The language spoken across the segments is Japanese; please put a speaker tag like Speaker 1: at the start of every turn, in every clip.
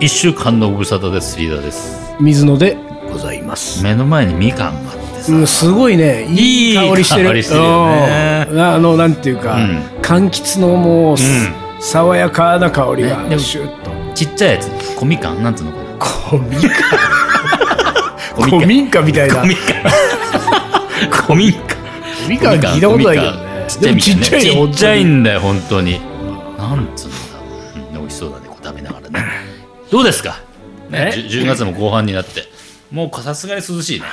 Speaker 1: 一週間のご無沙汰ですリーダーです
Speaker 2: 水野でございます。
Speaker 1: 目の前にみかんがあってさ、
Speaker 2: うん、すごいね、いい香りしてる。
Speaker 1: いい香りしてるよね
Speaker 2: うんあの、なんていうか、
Speaker 1: うん
Speaker 2: 柑橘のもう、
Speaker 1: ん
Speaker 2: 爽やかな香りが、
Speaker 1: ねでも
Speaker 2: シュッと。
Speaker 1: ちっちゃいやつ小みかんなんつうのかな
Speaker 2: 古民家。
Speaker 1: 小
Speaker 2: 古民家みたいな
Speaker 1: 小。みかん小みかん
Speaker 2: みかん聞いたことないけどね。
Speaker 1: ちっちゃ
Speaker 2: で
Speaker 1: い
Speaker 2: も
Speaker 1: み
Speaker 2: ち
Speaker 1: か
Speaker 2: っ
Speaker 1: んね
Speaker 2: ちゃいよ
Speaker 1: ちっちゃい
Speaker 2: 本
Speaker 1: んだよ本当になんつうんだろううん美味しそうだねこう食べながらねどうですか、ね、
Speaker 2: ね
Speaker 1: じゅ10月も後半になってもうさすがに涼しいね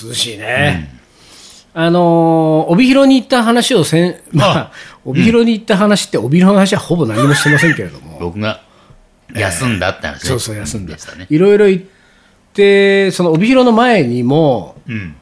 Speaker 2: 当に涼しいね。あのー帯広に行った話をせん、まあ、帯広に行った話って、帯広の話はほぼ何もしてませんけれども、
Speaker 1: 僕が休んだって話ね、
Speaker 2: そうそう、休んで
Speaker 1: でしたね、
Speaker 2: いろいろ行って、その帯広の前にも、
Speaker 1: うん、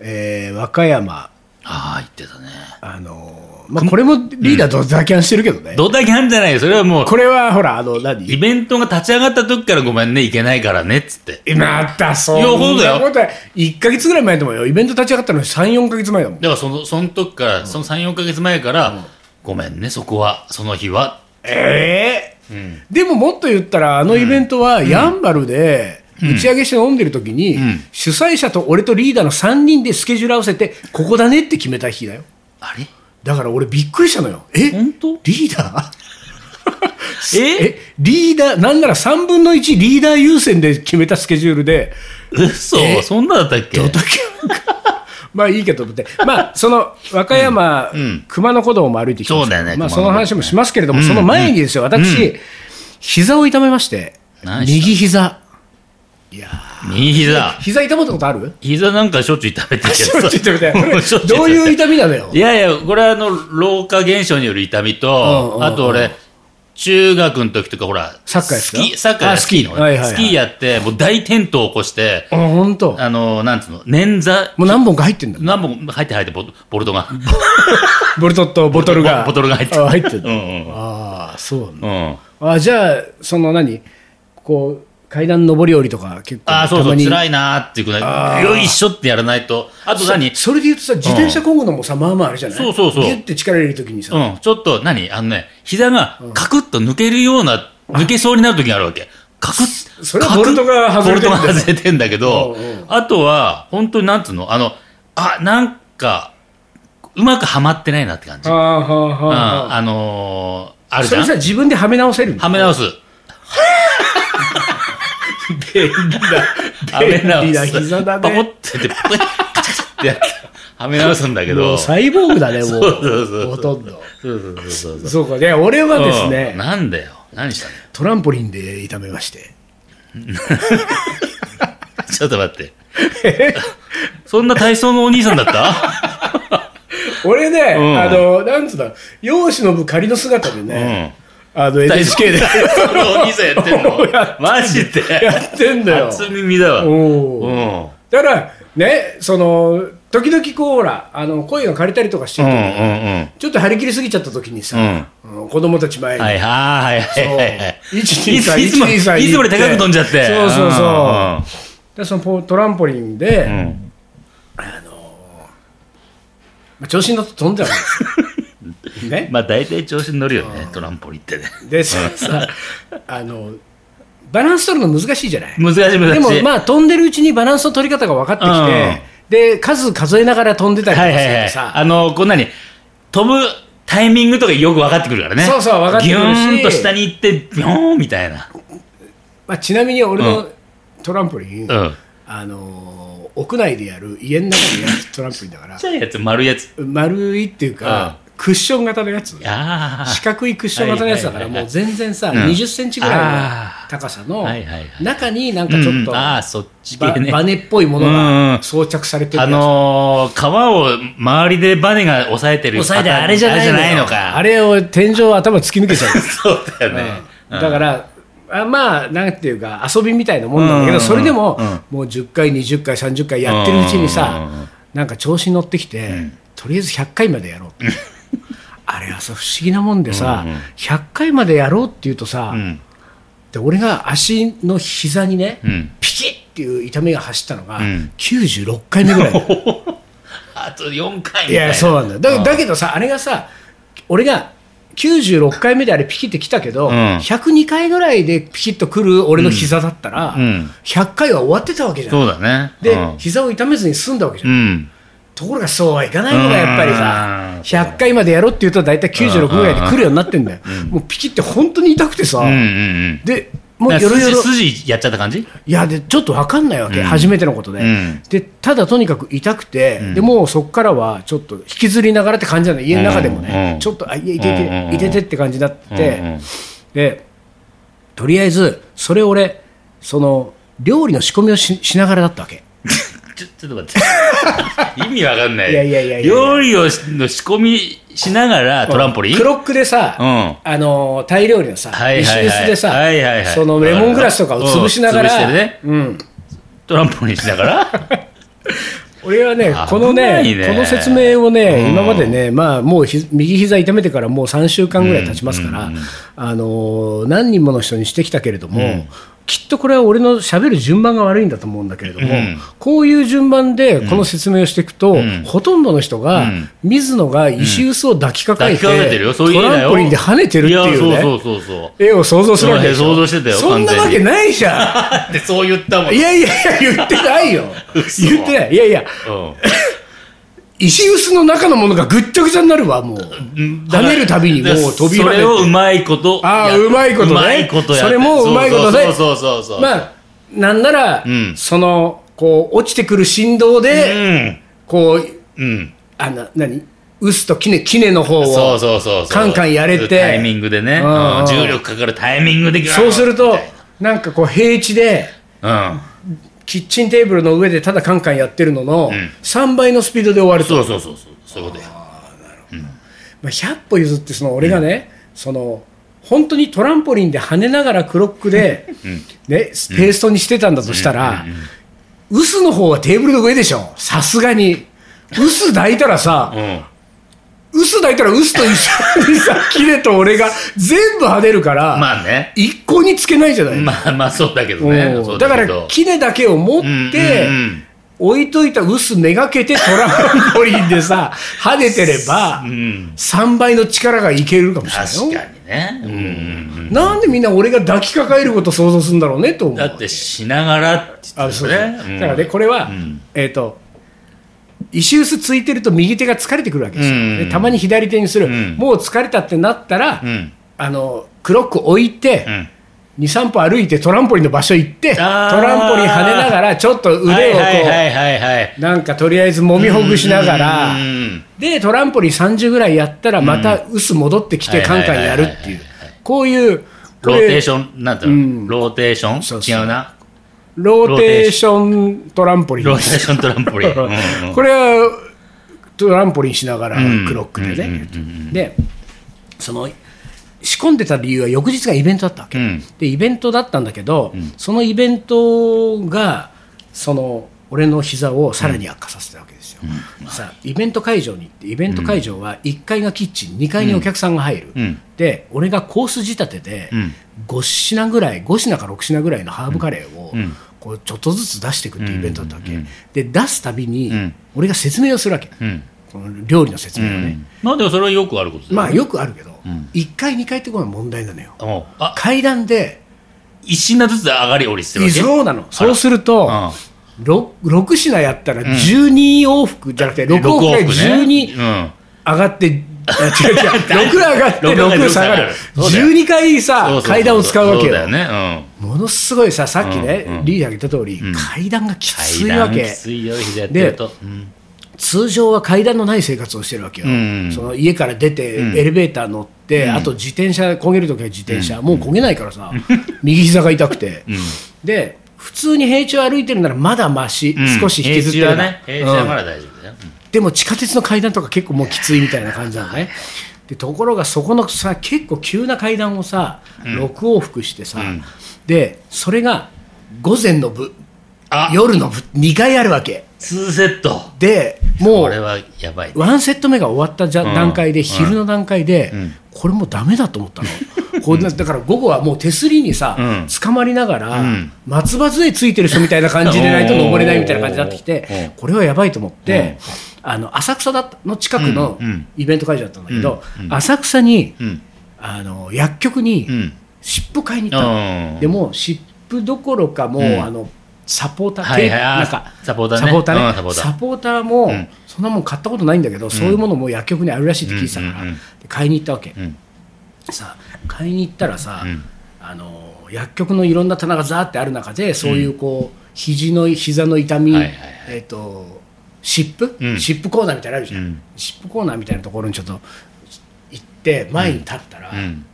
Speaker 2: えー和歌山、
Speaker 1: ああ言ってたね
Speaker 2: あのーまあ、これもリーダーと妥協してるけどね、
Speaker 1: どんだけあんじゃないよそれはもう
Speaker 2: これはほら、あの
Speaker 1: イ
Speaker 2: 何、
Speaker 1: ベントが立ち上がった時からごめんねいけないからねっつって
Speaker 2: またそん
Speaker 1: いやほんとだ
Speaker 2: な
Speaker 1: よ
Speaker 2: ことは、1か月ぐらい前だもんよ、イベント立ち上がったのに3、4か月前だもん、
Speaker 1: だからそのその時から、その34か月前から、ごめんねそこはその日は
Speaker 2: ええでももっと言ったら、あのイベントはやんばるで、打ち上げして飲んでる時に、
Speaker 1: ん
Speaker 2: 主催者と俺とリーダーの3人でスケジュール合わせて、ここだねって決めた日だよ。
Speaker 1: あれ
Speaker 2: だから俺びっくりしたのよ。え
Speaker 1: 本当
Speaker 2: リーダー
Speaker 1: え
Speaker 2: えリーダー、なんなら3分の1リーダー優先で決めたスケジュールで、
Speaker 1: 嘘
Speaker 2: え
Speaker 1: そんなだったっけ
Speaker 2: ドタキャンかまあいいけどって、 まあその和歌山、
Speaker 1: うんうん
Speaker 2: 熊野古道も歩いてきたんですけ
Speaker 1: そうだ
Speaker 2: ど
Speaker 1: よね
Speaker 2: まあ
Speaker 1: 熊
Speaker 2: そ
Speaker 1: 野古
Speaker 2: の
Speaker 1: 道
Speaker 2: 話もしますけれども、
Speaker 1: うん
Speaker 2: その前にですよ、私、
Speaker 1: う
Speaker 2: 膝を痛めまして
Speaker 1: 何、した
Speaker 2: 右膝。いや
Speaker 1: 右膝
Speaker 2: ー膝痛まったことある
Speaker 1: 膝なん かしょっちゅう痛めてるけど
Speaker 2: ちょっと痛めて
Speaker 1: しょっちゅ痛めてる
Speaker 2: どういう痛みなのよ
Speaker 1: い。やいやこれはあの老化現象による痛みと、
Speaker 2: うんうんうん
Speaker 1: あと俺中学の時とかほら
Speaker 2: サッカーですか
Speaker 1: スキサッカー
Speaker 2: あ
Speaker 1: スキーの、
Speaker 2: はいはいはい
Speaker 1: スキーやってもう大転倒を起こして
Speaker 2: あ、本当。
Speaker 1: あのなんつうの捻挫
Speaker 2: もう何本か入ってんだ。
Speaker 1: 何本入って入ってボボルトが
Speaker 2: ボルトとボトルが。
Speaker 1: ボボトルが入ってる
Speaker 2: あ入ってん
Speaker 1: う
Speaker 2: だ。
Speaker 1: ん
Speaker 2: ああ、そうなんだ。
Speaker 1: うんうん
Speaker 2: あじゃあその何こう階段上り下りとか結構
Speaker 1: ああそう
Speaker 2: た
Speaker 1: そ
Speaker 2: ま
Speaker 1: う
Speaker 2: に
Speaker 1: 辛いなーっていうくら
Speaker 2: あ
Speaker 1: い
Speaker 2: ー
Speaker 1: よいしょってやらないとあと何
Speaker 2: それで言うとさ自転車こぐのもさ、まあまああれじゃない
Speaker 1: そうそうそう
Speaker 2: ギュッて力入れるときにさ、
Speaker 1: うん、ちょっと何あのね、膝がカクッと抜けるような、抜けそうになる時があるわけ。カクッ。
Speaker 2: それは
Speaker 1: カクッ
Speaker 2: ボルトが外れて
Speaker 1: ボルト
Speaker 2: るんだよ
Speaker 1: が外れてんだけど
Speaker 2: うんうん、
Speaker 1: あとは、本当になんつうのあの、あ、なんか、うまくはまってないなって感じ。
Speaker 2: は
Speaker 1: うん
Speaker 2: あはあはあ、はあ
Speaker 1: あのー、ある
Speaker 2: そ
Speaker 1: じゃ
Speaker 2: れ
Speaker 1: ん
Speaker 2: さ。自分ではめ直せる
Speaker 1: はめ直す。
Speaker 2: 便利
Speaker 1: はめ
Speaker 2: だ
Speaker 1: 直
Speaker 2: 便利
Speaker 1: す。
Speaker 2: な膝だ
Speaker 1: パコっ
Speaker 2: ね
Speaker 1: てやって、パコッカチャカチャってやって、はめ直すんだけ
Speaker 2: も
Speaker 1: ど。
Speaker 2: う
Speaker 1: そう
Speaker 2: サイボーグだねもう
Speaker 1: そうそうそう
Speaker 2: ほとんど
Speaker 1: そうそうそうそう。
Speaker 2: そうかで俺はですね、
Speaker 1: うんなんだよ。何したの
Speaker 2: トランポリンで痛めまして
Speaker 1: ちょっと待って。そんな体操のお兄さんだった
Speaker 2: 俺ね、
Speaker 1: うん
Speaker 2: あのなんつうんだろう容姿の部仮の姿でね、あの NHK で
Speaker 1: 体操のお兄さんやってん
Speaker 2: もう や
Speaker 1: の
Speaker 2: っ
Speaker 1: マジで
Speaker 2: やってんだよ
Speaker 1: 初耳だわ。
Speaker 2: お
Speaker 1: う
Speaker 2: ー
Speaker 1: ん。
Speaker 2: だからねその時々こうほらあの声が枯れたりとかして
Speaker 1: うんう
Speaker 2: る
Speaker 1: ん
Speaker 2: と、
Speaker 1: うん。
Speaker 2: ちょっと張り切りすぎちゃった時にさ、
Speaker 1: う
Speaker 2: うん子供たち前に、
Speaker 1: はいはいはいはいはい。
Speaker 2: そう
Speaker 1: いついつも、
Speaker 2: 123
Speaker 1: いつもより高く飛んじゃって。
Speaker 2: そうそうそうんでそのポトランポリンで、
Speaker 1: うん
Speaker 2: まあ、調子に乗って飛んじゃ うんで
Speaker 1: う
Speaker 2: す
Speaker 1: ん。
Speaker 2: ね
Speaker 1: まあ大体調子に乗るよね、トランポリンってね。
Speaker 2: でささあのバランス取るの難しいじゃない
Speaker 1: 難しい難しい。
Speaker 2: でもまあ飛んでるうちにバランスの取り方が分かってきて、で数数えながら飛んでたりと
Speaker 1: は
Speaker 2: か
Speaker 1: い
Speaker 2: す
Speaker 1: はい
Speaker 2: る
Speaker 1: は
Speaker 2: と
Speaker 1: い。
Speaker 2: さ、
Speaker 1: あの、こんなに、飛ぶタイミングとかよく分かってくるからね。
Speaker 2: そうそう分かってくるし
Speaker 1: ギューンと下に行って、ビョーンみたいな。
Speaker 2: まあ、ちなみに俺
Speaker 1: う
Speaker 2: のトランポリン、
Speaker 1: うん。
Speaker 2: あのー屋内でやる家の中でやるトランポリンだか
Speaker 1: ち
Speaker 2: ら
Speaker 1: っちゃいやつ、丸いやつ。
Speaker 2: 丸いっていうか、クッション型のやつ
Speaker 1: ああ。
Speaker 2: 四角いクッション型のやつだから、
Speaker 1: はいはいはいはい
Speaker 2: もう全然さ、
Speaker 1: うん
Speaker 2: 20センチぐらいの高さの
Speaker 1: あーはいはいはい
Speaker 2: 中になんかちょっと、
Speaker 1: うんうんああ、そっち系
Speaker 2: ば
Speaker 1: ね。
Speaker 2: バネっぽいもの
Speaker 1: うんうん
Speaker 2: が装着されてる
Speaker 1: あ
Speaker 2: やつ、
Speaker 1: のー、川を周りでバネが押さえてる。
Speaker 2: 押さえて
Speaker 1: パターン
Speaker 2: あれじゃないの
Speaker 1: あれのか。
Speaker 2: あ
Speaker 1: れ
Speaker 2: れを天井頭突き抜けちゃう、
Speaker 1: そうだよね。
Speaker 2: うんだからあまあなんていうか遊びみたいなもんなんだけ
Speaker 1: うんうんう
Speaker 2: ど
Speaker 1: ん
Speaker 2: それでも
Speaker 1: うん
Speaker 2: もう10回20回30回やってるうちに
Speaker 1: うんうんうん
Speaker 2: さなんか調子に乗ってきてとりあえず100回までやろうって あれはさ不思議なもんでさ
Speaker 1: うんうん
Speaker 2: 100回までやろうっていうとさ
Speaker 1: うん。
Speaker 2: で俺が足の膝にね
Speaker 1: うん
Speaker 2: ピキッっていう痛みが走ったのが
Speaker 1: うん
Speaker 2: 96回目ぐらいだ
Speaker 1: あと4回みたいな。
Speaker 2: いやそうなんだよだ
Speaker 1: うん
Speaker 2: だけどさあれがさ俺が96回目であれピキってきたけど、
Speaker 1: うん
Speaker 2: 102回ぐらいでピキッとくる俺の膝だったら、
Speaker 1: うんうん
Speaker 2: 100回は終わってたわけじゃん。
Speaker 1: そうだね。
Speaker 2: で、
Speaker 1: うん
Speaker 2: 膝を痛めずに済んだわけじゃん。
Speaker 1: うん。
Speaker 2: ところがそうはいかないのがやっぱり
Speaker 1: うん
Speaker 2: さ、100回までやろうって言うと大体96ぐらいで来るようになってんだよ。もうピキって本当に痛くてさ、
Speaker 1: うんうん
Speaker 2: で、
Speaker 1: うん。
Speaker 2: もうよろよろ。
Speaker 1: 筋筋やっちゃった感じ
Speaker 2: いやでちょっと分かんないわけ、
Speaker 1: うん
Speaker 2: 初めてのことで,、
Speaker 1: うん
Speaker 2: でただとにかく痛くて、
Speaker 1: ん
Speaker 2: でもうそこからはちょっと引きずりながらって感じなの家の中でもね、
Speaker 1: うん
Speaker 2: ちょっとあいやいていて、
Speaker 1: うんうん
Speaker 2: いててって感じになってて、
Speaker 1: うんうん
Speaker 2: でとりあえずそれ俺その料理の仕込みをししながらだったわけ
Speaker 1: ちょちょっと待 って。意味わかんない。
Speaker 2: いやいやいやいや
Speaker 1: 料理をしの仕込みしながらトランポリン
Speaker 2: クロックでさ、
Speaker 1: うん
Speaker 2: あのータイ料理のさ、
Speaker 1: はいはいはい
Speaker 2: 石臼でさ、
Speaker 1: はいはいはい
Speaker 2: そのレモングラスとかを潰しなが
Speaker 1: うん潰
Speaker 2: ら、
Speaker 1: してね
Speaker 2: うん、
Speaker 1: トランポリンしながら
Speaker 2: 俺はね、この
Speaker 1: 危
Speaker 2: ね
Speaker 1: ないね
Speaker 2: この説明をね、
Speaker 1: うん
Speaker 2: 今までね、まあ、もうひ右膝痛めてからもう3週間ぐらい経ちますから、あのー何人もの人にしてきたけれども、きっとこれは俺の喋る順番が悪いんだと思うんだけれども、
Speaker 1: うん
Speaker 2: こういう順番でこの説明をしていくと、
Speaker 1: ん
Speaker 2: ほとんどの人が、
Speaker 1: うん
Speaker 2: 水野が石臼を抱きかかえ
Speaker 1: 抱き
Speaker 2: て,、
Speaker 1: かかえてるよ。そういう
Speaker 2: ト
Speaker 1: 絵だ
Speaker 2: ラ
Speaker 1: よ。
Speaker 2: ンポリンで跳ねてるっていうね。
Speaker 1: やそうそうそうそう。
Speaker 2: 絵を想像するわけでしょ
Speaker 1: そう想像してたよ
Speaker 2: そんな
Speaker 1: 完
Speaker 2: わけ
Speaker 1: 全
Speaker 2: ないじゃ
Speaker 1: だってそう言ったもん。
Speaker 2: ん。いやいやいや、言ってないよ。
Speaker 1: 嘘
Speaker 2: 言ってない。いやいや、
Speaker 1: うん
Speaker 2: 石臼の中のものがぐっちゃぐちゃになるわ、もう。跳ねるたびにもう飛び跳
Speaker 1: そ
Speaker 2: ね
Speaker 1: れをう
Speaker 2: て。
Speaker 1: まいこと
Speaker 2: ああ、うまいことね。
Speaker 1: うまいことやって
Speaker 2: それもうまいことね。
Speaker 1: そうそうそうそうそう
Speaker 2: まあ、なんなら
Speaker 1: うん、
Speaker 2: その、こう、落ちてくる振動で、こう、
Speaker 1: うんうん
Speaker 2: あの、何臼と杵、杵の方
Speaker 1: そう
Speaker 2: を。
Speaker 1: そうそうそう
Speaker 2: カンカンやれて
Speaker 1: タイミングでね、
Speaker 2: うん
Speaker 1: うん重力かかるタイミングでガーッ
Speaker 2: そうすると
Speaker 1: みたい、
Speaker 2: なんかこう、平地で、
Speaker 1: なうん
Speaker 2: キッチンテーブルの上でただカンカンやってるのの
Speaker 1: ん
Speaker 2: 3倍のスピードで終わると、
Speaker 1: そうそうそうそうそういうことよ
Speaker 2: まあ、100歩譲ってその俺がね、その本当にトランポリンで跳ねながらクロックで、ね、ペーストにしてたんだとしたら、薄の方はテーブルの上でしょさすがに薄抱いたらさ
Speaker 1: うん
Speaker 2: 薄抱いたら薄と一緒にさキレと俺が全部跳ねるから、
Speaker 1: まあね
Speaker 2: 一向につけないじゃない、
Speaker 1: まあまあそうだけどね
Speaker 2: う
Speaker 1: そ
Speaker 2: ん
Speaker 1: う
Speaker 2: だか
Speaker 1: けど
Speaker 2: らキレだけを持って、
Speaker 1: うんうんうん
Speaker 2: 置いといた薄めがけてトランポリンでさ跳ねてれば
Speaker 1: うん
Speaker 2: 3倍の力がいけるかもしれ
Speaker 1: 確
Speaker 2: な
Speaker 1: か
Speaker 2: いよ
Speaker 1: にね、うんうんうん
Speaker 2: なんでみんな俺が抱きかかえることを想像するんだろうねと思う
Speaker 1: だってしながらって言
Speaker 2: あ
Speaker 1: って
Speaker 2: そ
Speaker 1: た
Speaker 2: うそう
Speaker 1: よ
Speaker 2: だ
Speaker 1: ねうん
Speaker 2: からねこれは、
Speaker 1: ん
Speaker 2: えっ、と石臼ついてると右手が疲れてくるわけですよ、
Speaker 1: うん
Speaker 2: でたまに左手にする、
Speaker 1: ん
Speaker 2: もう疲れたってなったら、
Speaker 1: うん
Speaker 2: あのクロック置いて、
Speaker 1: うん
Speaker 2: 23歩歩いてトランポリンの場所行ってト
Speaker 1: あー
Speaker 2: ランポリン跳ねながらちょっと腕をこう、
Speaker 1: はいはいはいはいはい
Speaker 2: なんかとりあえず揉みほぐしながら、
Speaker 1: うんうんうん
Speaker 2: でトランポリン30ぐらいやったらまた薄戻ってきて
Speaker 1: うん
Speaker 2: カンカンやるっていう
Speaker 1: はいはいはい
Speaker 2: こういうこ
Speaker 1: ロ
Speaker 2: れ
Speaker 1: ーテーションなんていうの、
Speaker 2: うん
Speaker 1: ローテーション
Speaker 2: そうそう
Speaker 1: 違うな
Speaker 2: ローテーショントランポリン
Speaker 1: ローテーショントラン ポリン、うんうん
Speaker 2: これはトランポリンしながら
Speaker 1: うん
Speaker 2: クロックでね、でその仕込んでた理由は翌日がイベントだったわけ、
Speaker 1: うん
Speaker 2: でイベントだったんだけど、そのイベントがその俺の膝をさらに悪化させたわけですよ、さイベント会場に行ってイベント会場は1階がキッチン2階にお客さんが入る、
Speaker 1: うん
Speaker 2: で俺がコース仕立てで
Speaker 1: うん
Speaker 2: 5品ぐらい5品か6品ぐらいのハーブカレーを、
Speaker 1: ん
Speaker 2: こうちょっとずつ出していくっていうイベントだったわけ、で出すたびに、
Speaker 1: ん
Speaker 2: 俺が説明をするわけ、
Speaker 1: うん
Speaker 2: この料理の説明をね、
Speaker 1: まあでもそれはよくあることだよ
Speaker 2: まあよくあるけど、1回2回ってことは問題なのよ
Speaker 1: おうあ
Speaker 2: 階段で
Speaker 1: 一品ずつ上がり下りしてるわけ
Speaker 2: そうなのそうすると、
Speaker 1: あ
Speaker 2: ろ6品やったら12往復じゃなくて6往復で12
Speaker 1: ね
Speaker 2: 上がって、あ違う違う6上がって
Speaker 1: 六上がって
Speaker 2: 6下がる
Speaker 1: そうだよ
Speaker 2: 12回
Speaker 1: うんそうそう
Speaker 2: さ
Speaker 1: そう
Speaker 2: 階段を使うわけ
Speaker 1: そう
Speaker 2: よ
Speaker 1: だよね、
Speaker 2: ものすごいささっきね、
Speaker 1: うんうん
Speaker 2: リーダーが言った通り、階段がき
Speaker 1: うん、
Speaker 2: ついわ
Speaker 1: 階
Speaker 2: け
Speaker 1: 段きついよ膝やってると、うん
Speaker 2: 通常は階段のない生活をしてるわけよ、
Speaker 1: うん
Speaker 2: その家から出て、エレベーター乗って、あと自転車、焦げるときは自転車、もう焦げないからさ、右膝が痛くて、で、普通に平地を歩いてるならまだまし、
Speaker 1: うん
Speaker 2: 少し引きずって
Speaker 1: 平
Speaker 2: る
Speaker 1: 地はね平地はまだ大丈夫だよ、
Speaker 2: でも地下鉄の階段とか結構もうきついみたいな感じなのね。でところがそこのさ結構急な階段をさ、6往復してさ、
Speaker 1: ん
Speaker 2: でそれが午前の部
Speaker 1: あ
Speaker 2: 夜の部2回あるわけ
Speaker 1: 2セット
Speaker 2: でも
Speaker 1: これ
Speaker 2: う
Speaker 1: はやばいね
Speaker 2: 1セット目が終わったじゃ、
Speaker 1: うん
Speaker 2: 段階で昼の段階で、これもうダメだと思ったの こんなだから午後はもう手すりにさ、
Speaker 1: うん
Speaker 2: 捕まりながら、
Speaker 1: ん
Speaker 2: 松葉杖ついてる人みたいな感じでないと登れないみたいな感じになってき
Speaker 1: うん
Speaker 2: てこれはやばいと思って、あの浅草だったの近くの
Speaker 1: うんうん
Speaker 2: イベント会場だったんだけど、
Speaker 1: うんうん
Speaker 2: 浅草に
Speaker 1: うん
Speaker 2: あの薬局に
Speaker 1: うん
Speaker 2: 湿布買いに行ったの、
Speaker 1: あー
Speaker 2: でも湿布どころかもう、
Speaker 1: うん
Speaker 2: あのサポーター、
Speaker 1: はいはいあー
Speaker 2: なんか
Speaker 1: サポーターね
Speaker 2: サポーターね
Speaker 1: うんサポーター
Speaker 2: サポーターも、
Speaker 1: うん
Speaker 2: そんなもん買ったことないんだけど、そういうものも薬局にあるらしいって聞いてたから、
Speaker 1: うんうんうん
Speaker 2: で買いに行ったわけ、
Speaker 1: うん
Speaker 2: さ買いに行ったらさ、
Speaker 1: うん
Speaker 2: あの薬局のいろんな棚がザーってある中でそういうこう、肘の膝の痛み、
Speaker 1: はいはいはい
Speaker 2: えっ、と湿布、
Speaker 1: うん
Speaker 2: 湿布コーナーみたいなのあるじゃん、
Speaker 1: うん
Speaker 2: 湿布コーナーみたいなところにちょっと行って前に立ったら、
Speaker 1: うん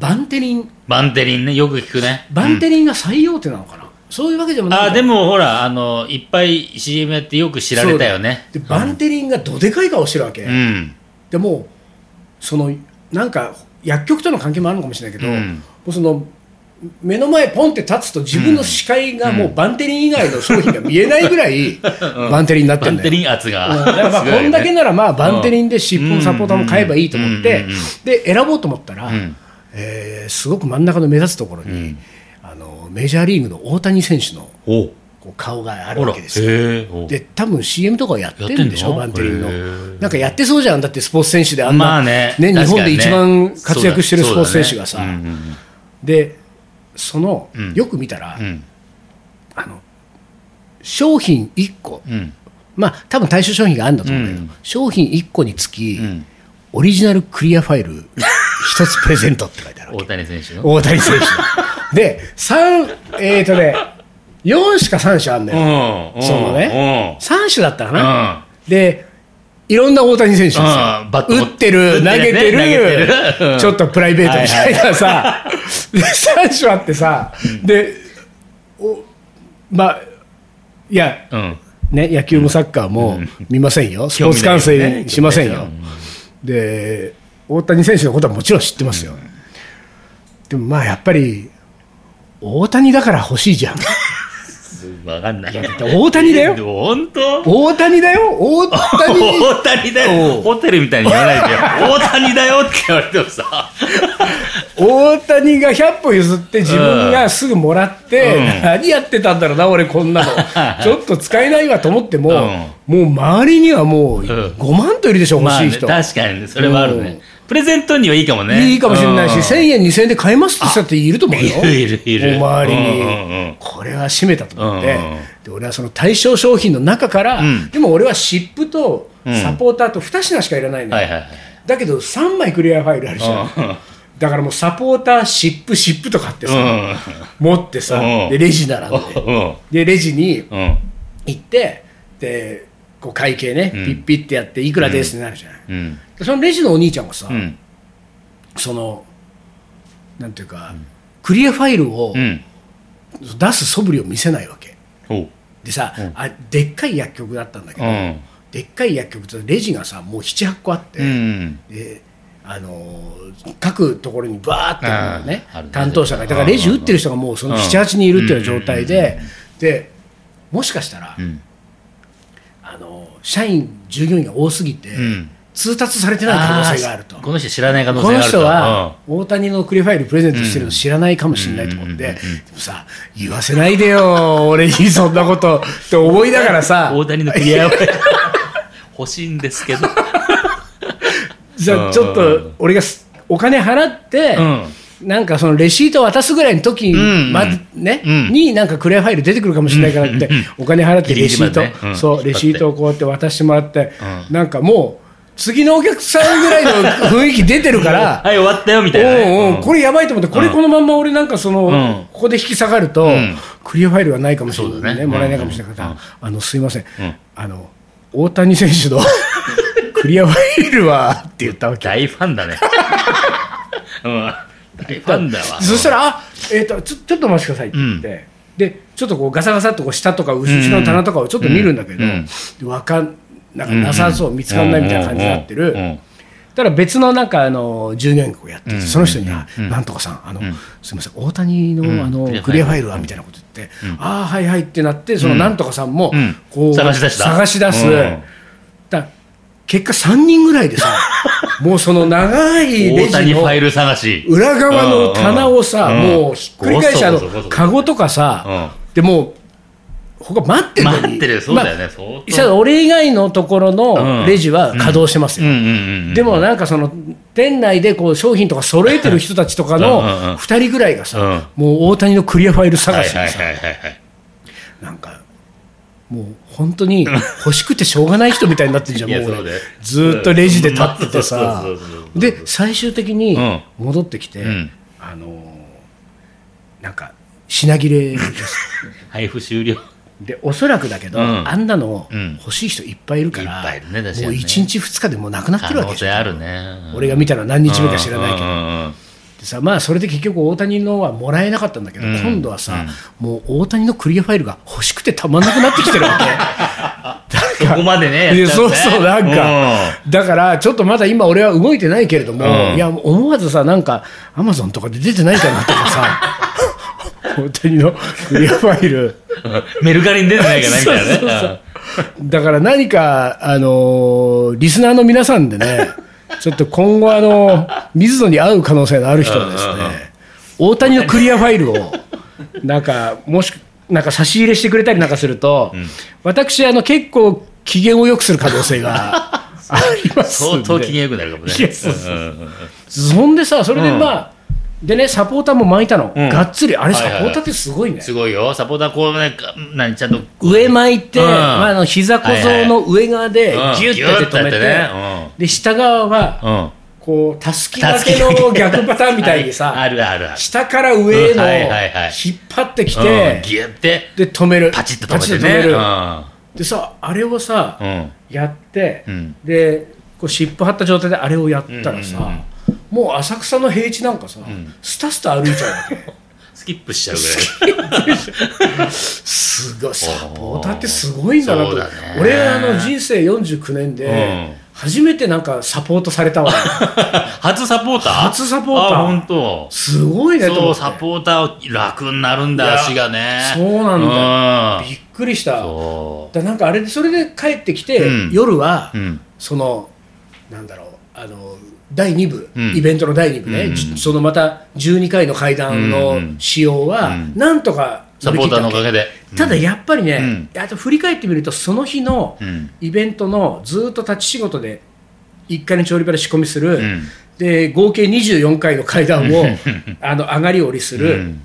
Speaker 2: バンテリン
Speaker 1: バンテリンねよく聞くね
Speaker 2: バンテリンが最大手なのかな、そういうわけでもない
Speaker 1: あーで
Speaker 2: も
Speaker 1: もほらあのいっぱい CM やってよく知られたよね
Speaker 2: でバンテリンがどでかい顔してるわけ、
Speaker 1: うん
Speaker 2: でもそのなんか薬局との関係もあるのかもしれないけど、
Speaker 1: うん
Speaker 2: もうその目の前ポンって立つと自分の視界がもうバンテリン以外の商品が見えないぐらいバンテリンになって
Speaker 1: バ
Speaker 2: るん
Speaker 1: ン
Speaker 2: だ
Speaker 1: テ
Speaker 2: よ。
Speaker 1: リン圧が、
Speaker 2: う んだからま
Speaker 1: す
Speaker 2: あ
Speaker 1: ごいよ
Speaker 2: こんだけ
Speaker 1: ね
Speaker 2: ならまあバンテリンで湿布もサポーターも買えばいいと思っ
Speaker 1: う
Speaker 2: て
Speaker 1: んうんうんうん
Speaker 2: で選ぼうと思ったら、
Speaker 1: ん
Speaker 2: えーすごく真ん中の目立つところに、
Speaker 1: うん
Speaker 2: あのメジャーリーグの大谷選手の
Speaker 1: お
Speaker 2: こう顔がある
Speaker 1: ほら
Speaker 2: わけですよ。
Speaker 1: へーお
Speaker 2: で多分 CM とかをやってるんでしょ、
Speaker 1: や
Speaker 2: バ
Speaker 1: ってんの
Speaker 2: ンテリ
Speaker 1: へ
Speaker 2: ンの。
Speaker 1: ー
Speaker 2: なんかやってそうじゃん、だってスポーツ選手であんな、
Speaker 1: まあね
Speaker 2: 日
Speaker 1: 確
Speaker 2: 本
Speaker 1: か
Speaker 2: で
Speaker 1: にね
Speaker 2: 一番活躍してるスポーツ選手がさ、
Speaker 1: そうだねうん
Speaker 2: でその、
Speaker 1: うん
Speaker 2: よく見たら、
Speaker 1: うん
Speaker 2: あの商品1個、
Speaker 1: うんうん
Speaker 2: まあ多分対象商品があるんだと思うんだけど、
Speaker 1: うん
Speaker 2: 商品1個につき、
Speaker 1: うん
Speaker 2: オリジナルクリアファイル1つプレゼントって書いてあるわ
Speaker 1: 大
Speaker 2: け、
Speaker 1: 谷選手の
Speaker 2: 大 谷選手の。で、3、えっ、とね、4しか3種あんだよ。
Speaker 1: うん
Speaker 2: そのね、3種だったか
Speaker 1: うんうん
Speaker 2: な。で、いろんな大谷選手ですよ。
Speaker 1: うんバット持
Speaker 2: 打
Speaker 1: っ
Speaker 2: ってる、投
Speaker 1: 打って
Speaker 2: げ
Speaker 1: るね
Speaker 2: て
Speaker 1: 投
Speaker 2: る、
Speaker 1: げてるうん
Speaker 2: ちょっとプライベートみたいなさ、で、3種あってさ、で、おまあ、いや、
Speaker 1: うん
Speaker 2: ね、野球もサッカーも見ませんよ。スポーツ観戦しませんよ。で、大谷選手のことはもちろん知ってますよ。でもまあ、やっぱり、大谷だから欲しいじゃん。
Speaker 1: 分かんない
Speaker 2: 大谷だ よ。
Speaker 1: 本当
Speaker 2: 大谷だよ。大谷 に
Speaker 1: 大谷だ
Speaker 2: おう
Speaker 1: よホテルみたいに言わないでよ大 谷だよって言われてもさ
Speaker 2: 大谷が100歩譲って自分がすぐもらって、
Speaker 1: うん
Speaker 2: 何やってたんだろうな俺こんなの ちょっと使えないわと思っても、もう周りにはもう5万といるでしょ、欲
Speaker 1: まあ
Speaker 2: しい
Speaker 1: ね
Speaker 2: 人、
Speaker 1: 確かにねそれはある
Speaker 2: う
Speaker 1: ね
Speaker 2: ん
Speaker 1: プレゼントにはいいかもね
Speaker 2: いいかもしれないし、
Speaker 1: うん
Speaker 2: 1000円2000円で買えますって人だっていると思うよ
Speaker 1: いるいるいる
Speaker 2: もう周りに、
Speaker 1: うんうんうん
Speaker 2: これは締めたと思って、
Speaker 1: うんうんうん
Speaker 2: で俺はその対象商品の中から、
Speaker 1: うん
Speaker 2: でも俺は湿布と
Speaker 1: うん
Speaker 2: サポーターと2品しかいらないのよ、
Speaker 1: はいはいはい
Speaker 2: だけど3枚クリアファイルあるじゃん、
Speaker 1: うん
Speaker 2: だからもうサポーター湿布湿布とかってさ、持ってさ、
Speaker 1: うん
Speaker 2: でレジ並んで、
Speaker 1: う
Speaker 2: でレジに
Speaker 1: んうんうん
Speaker 2: 行って、でこう会計ね、
Speaker 1: うん
Speaker 2: ピッピってやって、いくらですってなるじゃない、
Speaker 1: うん
Speaker 2: でそのレジのお兄ちゃんがさ、
Speaker 1: うん
Speaker 2: その、なんていうか、クリアファイルを
Speaker 1: うん
Speaker 2: 出す素振りを見せないわけ。
Speaker 1: おう
Speaker 2: でさ、あでっかい薬局だったんだけ
Speaker 1: う
Speaker 2: ど、
Speaker 1: ん
Speaker 2: でっかい薬局とレジがさ、もう7、8個あって。
Speaker 1: うん
Speaker 2: であのー各ところにバーって、ね
Speaker 1: あーあるね
Speaker 2: 担当者がいてだからレジ打ってる人がもうその
Speaker 1: うん
Speaker 2: 78人いるっていうような状態ででもしかしたら、
Speaker 1: ん
Speaker 2: あのー社員従業員が多すぎて、
Speaker 1: ん
Speaker 2: 通達されてない可能性があると。
Speaker 1: ーこの人知らない可能
Speaker 2: こ
Speaker 1: 性
Speaker 2: の
Speaker 1: があると
Speaker 2: 人は大谷のクリアファイルプレゼントしてるの知らないかもしれないと思って、
Speaker 1: うん
Speaker 2: でもさ、言わせないでよ、俺にそんなことって思いながらさ、
Speaker 1: 大谷のク リアファイル欲しいんですけど
Speaker 2: じゃあちょっと俺がすお金払って、なんかそのレシート渡すぐらいの時
Speaker 1: うん
Speaker 2: までね、
Speaker 1: うん
Speaker 2: になんかクレアファイル出てくるかもしれないからって、お金払って
Speaker 1: ギリ
Speaker 2: レ
Speaker 1: ギリ
Speaker 2: シ
Speaker 1: ま
Speaker 2: ート、
Speaker 1: でねうん引っ張
Speaker 2: そう、
Speaker 1: って
Speaker 2: レシートをこうやって渡してもらって、なんかもう、次のお客さんぐらいの雰囲気出てるから、
Speaker 1: はい終わったよみ
Speaker 2: お
Speaker 1: たいなね
Speaker 2: うおうこれやばいと思って、これこのまんま俺なんかその、
Speaker 1: ん
Speaker 2: ここで引き下がると、
Speaker 1: ん
Speaker 2: クリアファイルはないかもしれ
Speaker 1: そう
Speaker 2: な
Speaker 1: だ
Speaker 2: い、
Speaker 1: ね
Speaker 2: ね、もらえないかもしれないから、
Speaker 1: うん
Speaker 2: あの、すいません,、
Speaker 1: ん
Speaker 2: あの、大谷選手の クリアファイルはって言ったわけ。
Speaker 1: 大ファンだね うん大ファンだわ
Speaker 2: そしたら、あえーとちょ、ちょっとお待ちくださいって言って、で、ちょっとこうガサガサっとこう下とか後ろの棚とかをちょっと見るんだけど、
Speaker 1: うんうん
Speaker 2: でわかんなんかなさそう、見つかんないみたいな感じになってる。
Speaker 1: うんうんうん
Speaker 2: ただ別のなんかあの従業員がこうやってて、
Speaker 1: うん
Speaker 2: その人には、
Speaker 1: うん
Speaker 2: なんとかさん、あのすみません、大谷の,、あの
Speaker 1: クリアファイル
Speaker 2: クリアファイルはみたいなこと言って、ああ、はいはいってなって、そのなんとかさんも、
Speaker 1: うん
Speaker 2: こう
Speaker 1: 探し出した
Speaker 2: 探し出す、
Speaker 1: うん
Speaker 2: だ結果、3人ぐらい でさ、もうその長いレ
Speaker 1: 大
Speaker 2: ジ
Speaker 1: 谷フ
Speaker 2: の
Speaker 1: ァイル探し
Speaker 2: 裏側の棚をさ、
Speaker 1: うん
Speaker 2: もうひっくり返して、あの
Speaker 1: ごそごそごそ
Speaker 2: カゴとか
Speaker 1: うん
Speaker 2: さ、でもうここ待ってるのに
Speaker 1: 待ってるそうだよね
Speaker 2: まあ
Speaker 1: 相当
Speaker 2: 実際俺以外のところのレジは稼働してます
Speaker 1: うん
Speaker 2: よ、
Speaker 1: うんうんうん
Speaker 2: でもなんかその店内でこう商品とか揃えてる人たちとか
Speaker 1: うんうんうん
Speaker 2: の2人ぐらいがさ、
Speaker 1: うん
Speaker 2: もう大谷のクリアファイル探
Speaker 1: はい
Speaker 2: し
Speaker 1: はい
Speaker 2: にさ、
Speaker 1: はいはいはい
Speaker 2: なんかもう本当に欲しくてしょうがない人みたいになってるじゃん、
Speaker 1: い
Speaker 2: も
Speaker 1: や
Speaker 2: う
Speaker 1: そう
Speaker 2: 俺
Speaker 1: だよ
Speaker 2: ずーっとレジで立っててさ
Speaker 1: うんそうそうそう、そう
Speaker 2: で最終的に
Speaker 1: うん
Speaker 2: 戻ってきて、
Speaker 1: うん
Speaker 2: あのーなんか品切れです。
Speaker 1: 配布終了
Speaker 2: でおそらくだけど、
Speaker 1: うん
Speaker 2: あんなの
Speaker 1: うん
Speaker 2: 欲しい人いっぱいいるか
Speaker 1: い
Speaker 2: ら、
Speaker 1: っぱいいるね確かにね
Speaker 2: もう1日2日でもうなくなって
Speaker 1: 可
Speaker 2: るわけ
Speaker 1: 能
Speaker 2: でしょ
Speaker 1: 性あるね
Speaker 2: 俺が
Speaker 1: 見
Speaker 2: 見たら何日目か知らないけど、
Speaker 1: ど
Speaker 2: でさまあ、それで結局大谷のはもらえなかったんだけど、
Speaker 1: うん
Speaker 2: 今度はさ、もう大谷のクリアファイルが欲しくてたまんなくなってきてるわけ
Speaker 1: そこまでねやっ
Speaker 2: い
Speaker 1: ちゃ
Speaker 2: やそう
Speaker 1: ね
Speaker 2: そうなんか、だからちょっとまだ今俺は動いてないけれども、
Speaker 1: うん
Speaker 2: いや思わずさなんかアマゾンとかで出てないかなと かさ大谷のクリアファイル
Speaker 1: うんメルカリに出てないかなみたいなね
Speaker 2: そうそうそうだから何か、あのーリスナーの皆さん でね、ちょっと今後、あの水野に会う可能性のある人はですね
Speaker 1: うんうんうん、
Speaker 2: 大谷のクリアファイルを、なんか、もし、なんか差し入れしてくれたりなんかすると、私、あの、結構、機嫌を良くする可能性がありますん
Speaker 1: 相
Speaker 2: で。
Speaker 1: 当機嫌よくなるかもね
Speaker 2: いやそうそう
Speaker 1: うんうんうん
Speaker 2: そんでさ、それでまあ、でね、サポーターも巻いたの、
Speaker 1: うん
Speaker 2: がっつり、あ
Speaker 1: は
Speaker 2: れ、
Speaker 1: い
Speaker 2: サ
Speaker 1: はいはい
Speaker 2: ポーターってすごいね。
Speaker 1: すごいよサポーターこうね何ちゃんと
Speaker 2: 上巻いて、
Speaker 1: うん
Speaker 2: まあ、あの膝小僧の上側で
Speaker 1: はいはい
Speaker 2: ギュッて止めて,、
Speaker 1: うんギュッてやってね
Speaker 2: で下側は
Speaker 1: うん
Speaker 2: こうたすき掛けの逆パターンみたいにさ、
Speaker 1: あるあるある
Speaker 2: 下から上へ
Speaker 1: うん
Speaker 2: の
Speaker 1: はいはいはい
Speaker 2: 引っ張ってきて、
Speaker 1: うんギュッて
Speaker 2: で止める
Speaker 1: パチッと止めて
Speaker 2: パチッ
Speaker 1: ね
Speaker 2: と
Speaker 1: う
Speaker 2: 止める
Speaker 1: ん
Speaker 2: でさあれをさ、
Speaker 1: うん
Speaker 2: やって、
Speaker 1: うん
Speaker 2: でこう尻尾張った状態であれをやったらさ、
Speaker 1: うんうん
Speaker 2: もう浅草の平地なんかさ、スタスタ歩いちゃうわけ。
Speaker 1: スキップしちゃうぐらい
Speaker 2: すごいサポーターってすごいんだなと、
Speaker 1: そうだね
Speaker 2: 俺あの人生49年
Speaker 1: う
Speaker 2: で
Speaker 1: ん
Speaker 2: 初めてなんかサポートされ たわ
Speaker 1: 初サポーター
Speaker 2: 初サポーター
Speaker 1: あ本当
Speaker 2: すごいねと
Speaker 1: そ
Speaker 2: 思
Speaker 1: う
Speaker 2: って
Speaker 1: サポーター楽になるん
Speaker 2: い
Speaker 1: だ
Speaker 2: や
Speaker 1: 足がね
Speaker 2: そうなんだ
Speaker 1: うん
Speaker 2: びっくりしただか
Speaker 1: そ
Speaker 2: らなんかあれでそれで帰ってきて、
Speaker 1: うん
Speaker 2: 夜は、
Speaker 1: ううん
Speaker 2: そのなんだろうあの第2部、
Speaker 1: うん
Speaker 2: イベントの第2部ね、
Speaker 1: うんうん
Speaker 2: じそのまた12回の会談
Speaker 1: うんう
Speaker 2: の
Speaker 1: ん
Speaker 2: 仕様は、
Speaker 1: うん
Speaker 2: なんとか
Speaker 1: サポーターのおかげで
Speaker 2: ただやっぱり
Speaker 1: う
Speaker 2: ね
Speaker 1: ん、
Speaker 2: あと振り返ってみると、その日の
Speaker 1: うん
Speaker 2: イベントのずっと立ち仕事で、1回の調理場で仕込みする、
Speaker 1: うん
Speaker 2: で合計24回の階 段を
Speaker 1: うん
Speaker 2: あの上がり下りす
Speaker 1: う
Speaker 2: る、
Speaker 1: ん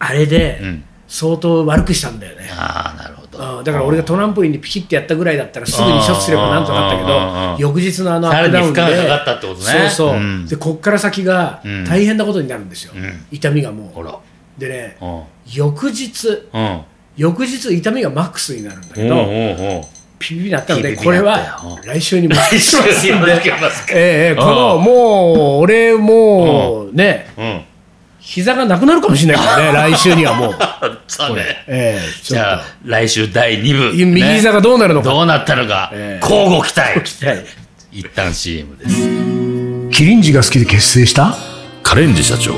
Speaker 2: あれ
Speaker 1: う
Speaker 2: で
Speaker 1: ん
Speaker 2: 相当悪くしたんだよね。
Speaker 1: ああなるほど
Speaker 2: うんだから俺がトランポリンにピキってやったぐらいだったらすぐに処置すればなんとか
Speaker 1: あーあ
Speaker 2: あ
Speaker 1: ーあー
Speaker 2: った
Speaker 1: あー
Speaker 2: けど翌日のあのアップダウンで
Speaker 1: さらに負荷がかかったってことね
Speaker 2: そうそう、
Speaker 1: うん
Speaker 2: でこっから先が
Speaker 1: うん
Speaker 2: 大変なことになるんですよ、
Speaker 1: うん
Speaker 2: 痛みがも
Speaker 1: ほら
Speaker 2: うでね
Speaker 1: うん
Speaker 2: 翌日
Speaker 1: うん
Speaker 2: 翌日痛みがマックスになるんだ
Speaker 1: お
Speaker 2: け
Speaker 1: う
Speaker 2: ど、
Speaker 1: おうおう
Speaker 2: ピリピリなったの
Speaker 1: ピ
Speaker 2: で、
Speaker 1: リ
Speaker 2: こ
Speaker 1: ピ
Speaker 2: れ
Speaker 1: リなったよ
Speaker 2: は来週にも来
Speaker 1: 一緒 にやってきます か
Speaker 2: ええこの
Speaker 1: うん
Speaker 2: もう、俺、もうね、
Speaker 1: うん
Speaker 2: 膝がなくなるかもしれないからね、来週には もう、
Speaker 1: そうね
Speaker 2: ええち
Speaker 1: じ
Speaker 2: ょっ
Speaker 1: ゃあ来週第2部
Speaker 2: と、右膝がどうなるの
Speaker 1: ね
Speaker 2: か、
Speaker 1: どうなったのか
Speaker 2: ええ
Speaker 1: 交互期待
Speaker 2: 期待
Speaker 1: 一旦 CM です
Speaker 2: キリンジが好きで結成した、
Speaker 1: カレンジ社長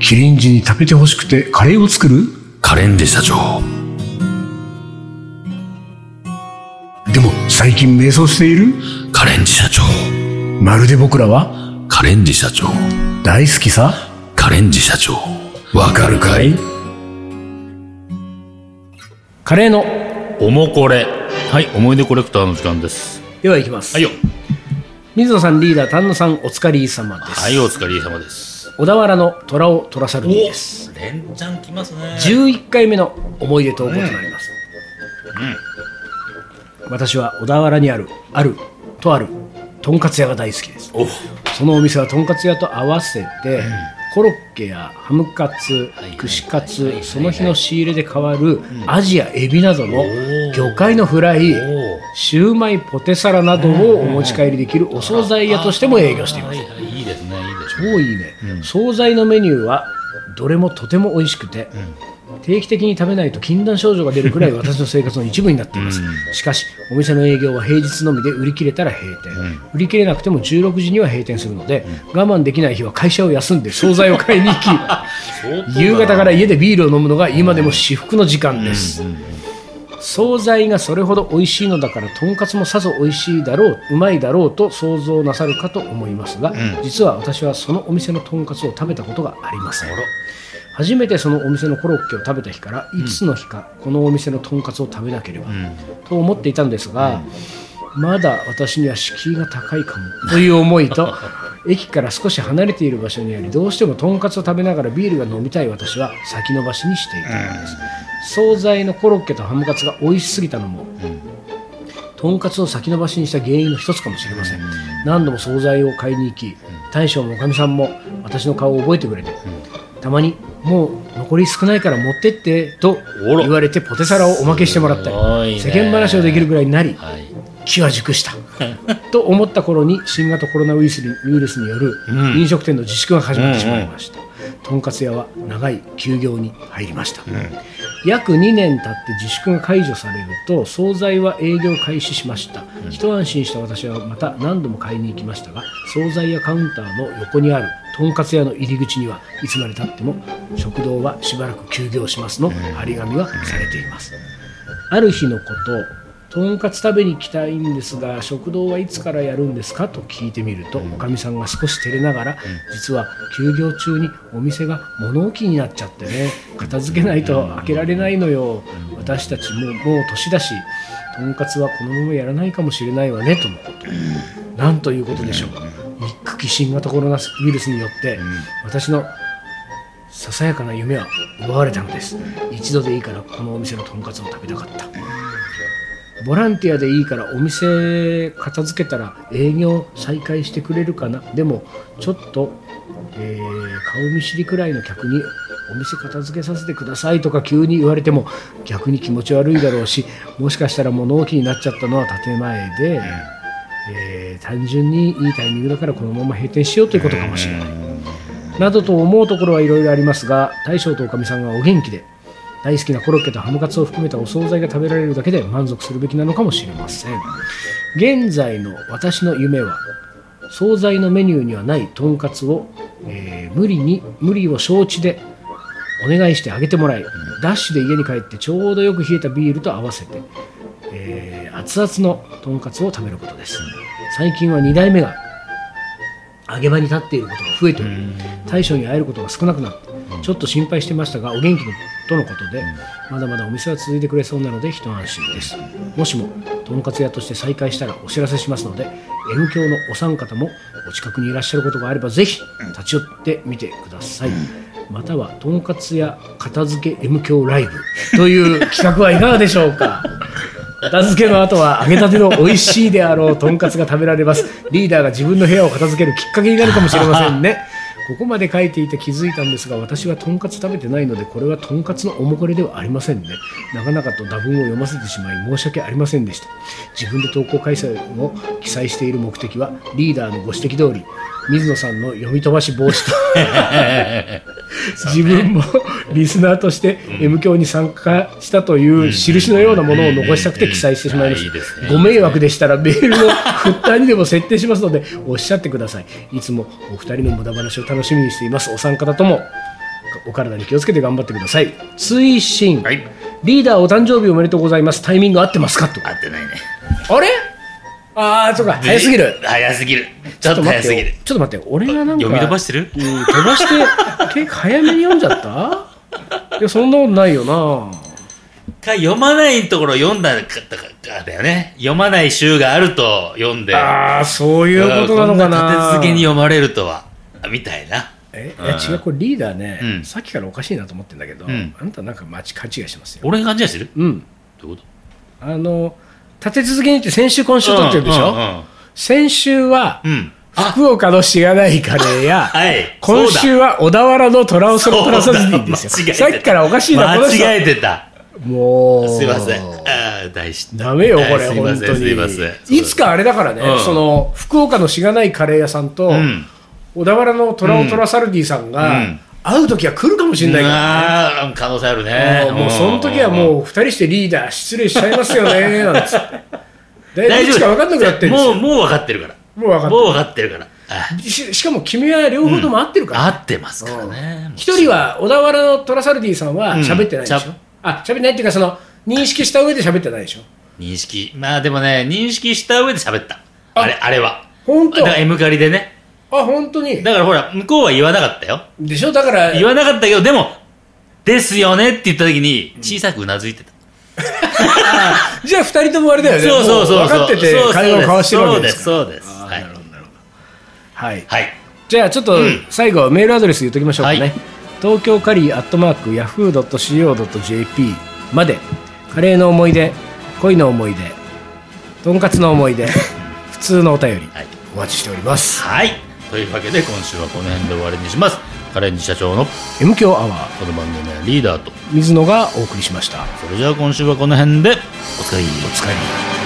Speaker 2: キリンジに食べてほしくて、カレーを作る
Speaker 1: カレンジ社長
Speaker 2: でも、最近、迷走している
Speaker 1: カレンジ社長
Speaker 2: まるで僕らは
Speaker 1: カレンジ社長
Speaker 2: 大好きさ。
Speaker 1: カレンジ社長わかるかい
Speaker 2: カレーの、
Speaker 1: おもこれはい思い出コレクターの時間です
Speaker 2: ではいきます。
Speaker 1: はいよ
Speaker 2: 水野さんリーダー、丹野さん、お疲れ様です。
Speaker 1: はいお疲れ様です
Speaker 2: 小田原の虎を虎猿にです。
Speaker 1: レンちゃん来ますね
Speaker 2: 11回目の思い出投稿となります、私は小田原にあるあるとあるとんかつ屋が大好きです
Speaker 1: お
Speaker 2: そのお店はとんかつ屋と合わせて、コロッケやハムカツ
Speaker 1: いはい
Speaker 2: 串カ
Speaker 1: はいは
Speaker 2: ツ
Speaker 1: い
Speaker 2: その日の仕入れで変わるアジやエビなどの
Speaker 1: ー
Speaker 2: 魚介のフライ
Speaker 1: お
Speaker 2: シューマイポテサラなどをお持ち帰りできるお惣菜屋としても営業しています
Speaker 1: はいはいいいですねいいでしょう
Speaker 2: 超いいね、惣菜のメニューはどれもとても美味しくて、定期的に食べないと禁断症状が出るくらい私の生活の一部になっています、しかしお店の営業は平日のみで売り切れたら閉店、売り切れなくても16時には閉店するので、我慢できない日は会社を休んで惣菜を買いに行き
Speaker 1: 相当だな
Speaker 2: 夕方から家でビールを飲むのが今でも至福の時間です、惣菜がそれほど美味しいのだからとんかつもさぞ美味しいだろううまいだろうと想像なさるかと思いますが、実は私はそのお店のとんかつを食べたことがありません初めてそのお店のコロッケを食べた日からいつの日かこのお店のとんかつを食べなければ
Speaker 1: うん
Speaker 2: と思っていたのですが、まだ私には敷居が高いかもという思 いと駅から少し離れている場所にありどうしてもとんかつを食べながらビールが飲みたい私は先延ばしにしていたのです、惣菜のコロッケとハムカツが美味しすぎたのもとんかつを先延ばしにした原因の一つかもしれません、何度も惣菜を買いに行き大将もおかみさんも私の顔を覚えてくれて、たまにもう残り少ないから持ってってと
Speaker 1: おら
Speaker 2: 言われてポテサラをおまけしてもらった
Speaker 1: すごい
Speaker 2: り、
Speaker 1: ね
Speaker 2: 世間話をできるぐらいになり
Speaker 1: はい
Speaker 2: 気は熟した と思った頃に新型コロナウイルスにウイルスによる
Speaker 1: うん
Speaker 2: 飲食店の自粛が始まってしまいました、とんかつ屋は長い休業に入りました、約2年経って自粛が解除されると惣菜は営業開始しました、一安心した私はまた何度も買いに行きましたが惣菜屋カウンターの横にあるとんかつ屋の入り口にはいつまでたっても食堂はしばらく休業しますの張り紙はされています、ある日のこととんかつ食べに行きたいんですが食堂はいつからやるんですかと聞いてみると、おかみさんが少し照れながら、実は休業中にお店が物置になっちゃってね片付けないと開けられないのよ、私たちももう年だしとんかつはこのままやらないかもしれないわねとのこと、なんということでしょう、憎き新型コロナウイルスによって、私のささやかな夢は奪われたのです一度でいいからこのお店のとんかつを食べたかったボランティアでいいからお店片付けたら営業再開してくれるかなでもちょっと、えー顔見知りくらいの客にお店片付けさせてくださいとか急に言われても逆に気持ち悪いだろうしもしかしたら物置になっちゃったのは建前で、えー単純にいいタイミングだからこのまま閉店しようということかもしれない。などと思うところはいろいろありますが大将とおかみさんがお元気で大好きなコロッケとハムカツを含めたお惣菜が食べられるだけで満足するべきなのかもしれません現在の私の夢は惣菜のメニューにはないとんかつを、えー無理に無理を承知でお願いしてあげてもらいダッシュで家に帰ってちょうどよく冷えたビールと合わせて、えー熱々のとんかつを食べることです最近は2代目が揚げ場に立っていることが増えており 大将に会えることが少なくなってちょっと心配してましたがお元気とのことでまだまだお店は続いてくれそうなので一安心ですもしもとんかつ屋として再開したらお知らせしますので M 教のお三方もお近くにいらっしゃることがあればぜひ立ち寄ってみてくださいまたはとんかつ屋片付け M 教ライブという企画はいかがでしょうか片付けの後は揚げたての美味しいであろうとんかつが食べられますリーダーが自分の部屋を片付けるきっかけになるかもしれませんねここまで書いていて気づいたんですが私はとんかつ食べてないのでこれはとんかつのおもこれではありませんね長々と打文を読ませてしまい申し訳ありませんでした自分で投稿開催を記載している目的はリーダーのご指摘通り水野さんの読み飛ばし防止と自分もリスナーとして M 教に参加したという印のようなものを残したくて記載してしまいま
Speaker 1: うんうんうんうん
Speaker 2: し
Speaker 1: あいいです
Speaker 2: た。
Speaker 1: ね
Speaker 2: ご迷惑でしたらメールのフッターにでも設定しますのでおっしゃってください。いつもお二人の無駄話を楽しみにしています。お三方ともお体に気をつけて頑張ってください。追伸、
Speaker 1: はい
Speaker 2: リーダーお誕生日おめでとうございます。タイミング合ってますかと。
Speaker 1: 合ってないね
Speaker 2: あれあー、そうか、早すぎる。
Speaker 1: 早すぎるちょ
Speaker 2: ち
Speaker 1: っと早すぎる
Speaker 2: ちょっと待って、俺がなんか。
Speaker 3: 読み飛ばしてる
Speaker 2: うん、飛ばして、結構早めに読んじゃったいや、そんなことないよな。
Speaker 1: か読まないところ読んだかったかだよね読まない週があると読んで
Speaker 2: ああ、そういうことなのかな。
Speaker 1: こん立て続けに読まれるとはみたいな
Speaker 2: えいや違う、これリーダーね、
Speaker 1: うん
Speaker 2: さっきからおかしいなと思ってんだけど、
Speaker 1: うん
Speaker 2: あなたなんか間違勘違いしてますよ。
Speaker 1: 俺が勘違いしてる
Speaker 2: うん。
Speaker 1: どういうこ
Speaker 2: あの、立て続けにって先週今週
Speaker 1: と
Speaker 2: 撮ってるでしょ、
Speaker 1: うんうん
Speaker 2: 先週は、
Speaker 1: うん、うんあ
Speaker 2: 福岡のしがないカレーや、
Speaker 1: はい
Speaker 2: 今
Speaker 1: そうだ
Speaker 2: 週は小田原のトラオソロプラサズディですよ。さ
Speaker 1: そうだ間違えてた
Speaker 2: っきからおかしいな、この人
Speaker 1: 間違えてた
Speaker 2: もう。
Speaker 1: すいませんあー大失態
Speaker 2: ダメよ、こ
Speaker 1: はい
Speaker 2: れ、
Speaker 1: すいま
Speaker 2: 本
Speaker 1: せ
Speaker 2: 当
Speaker 1: ん
Speaker 2: に。
Speaker 1: すいません
Speaker 2: いつかあれだからね、
Speaker 1: うん
Speaker 2: その、福岡のしがないカレー屋さんと、
Speaker 1: ん
Speaker 2: 小田原のトラオトラサルディさんが、
Speaker 1: うん
Speaker 2: 会う時は来るかもしれないから、ね
Speaker 1: あー可能性あるね
Speaker 2: もう、その時はもう、二人してリーダー、失礼しちゃいますよ ね、なんつって。で
Speaker 1: 大
Speaker 2: い
Speaker 1: 丈
Speaker 2: つ
Speaker 1: 夫
Speaker 2: か分かんなくなってるんです
Speaker 1: もう
Speaker 2: よ。
Speaker 1: もう分かってるから
Speaker 2: もう分かってる
Speaker 1: もう分かってるからあ
Speaker 2: ししかも、君は両方とも会ってるから
Speaker 1: 合
Speaker 2: ね。
Speaker 1: ってますからね
Speaker 2: 一人は、小田原のトラサルディさんは
Speaker 1: うん
Speaker 2: 喋ってないでしょ。
Speaker 1: しゃ
Speaker 2: あ、喋ってないっていうか、その、認識した上で喋ってないでしょ。
Speaker 1: 認識まあでもね認識した上で喋ったあれあれは
Speaker 2: 本
Speaker 1: だ
Speaker 2: 当
Speaker 1: か
Speaker 2: あ
Speaker 1: ら、M 狩りでね
Speaker 2: 本当に。
Speaker 1: だからほら向こうは言わなかったよ
Speaker 2: でしょだから、
Speaker 1: 言わなかったけどでもですよねって言った時に、小さくうなずいてた。
Speaker 2: じゃあ二人ともあれだよね
Speaker 1: そうそうそうそう。
Speaker 2: も分かってて
Speaker 1: そうそう
Speaker 2: 会話を交わしてるわ
Speaker 1: そう
Speaker 2: けで
Speaker 1: ですす、
Speaker 2: から
Speaker 1: そうです。
Speaker 3: あー
Speaker 1: はい
Speaker 3: なる。ほどなるほど
Speaker 2: はい
Speaker 1: はい。
Speaker 2: じゃあちょっと
Speaker 1: うん
Speaker 2: 最後メールアドレス言っときましょうかね、
Speaker 1: はい
Speaker 2: 東京カリーアットマークヤフー .co.jp までカレーの思い出恋の思い出とんかつの思い出 普通のお便り
Speaker 1: はい。
Speaker 2: お待ちしております
Speaker 1: はい。というわけで、今週はこの辺で終わりにします。カレンジ社長の
Speaker 2: M 強アワー
Speaker 1: この番組はリーダーと、
Speaker 2: 水野がお送りしました
Speaker 1: それじゃあ今週はこの辺で、おつかり。
Speaker 2: お疲れ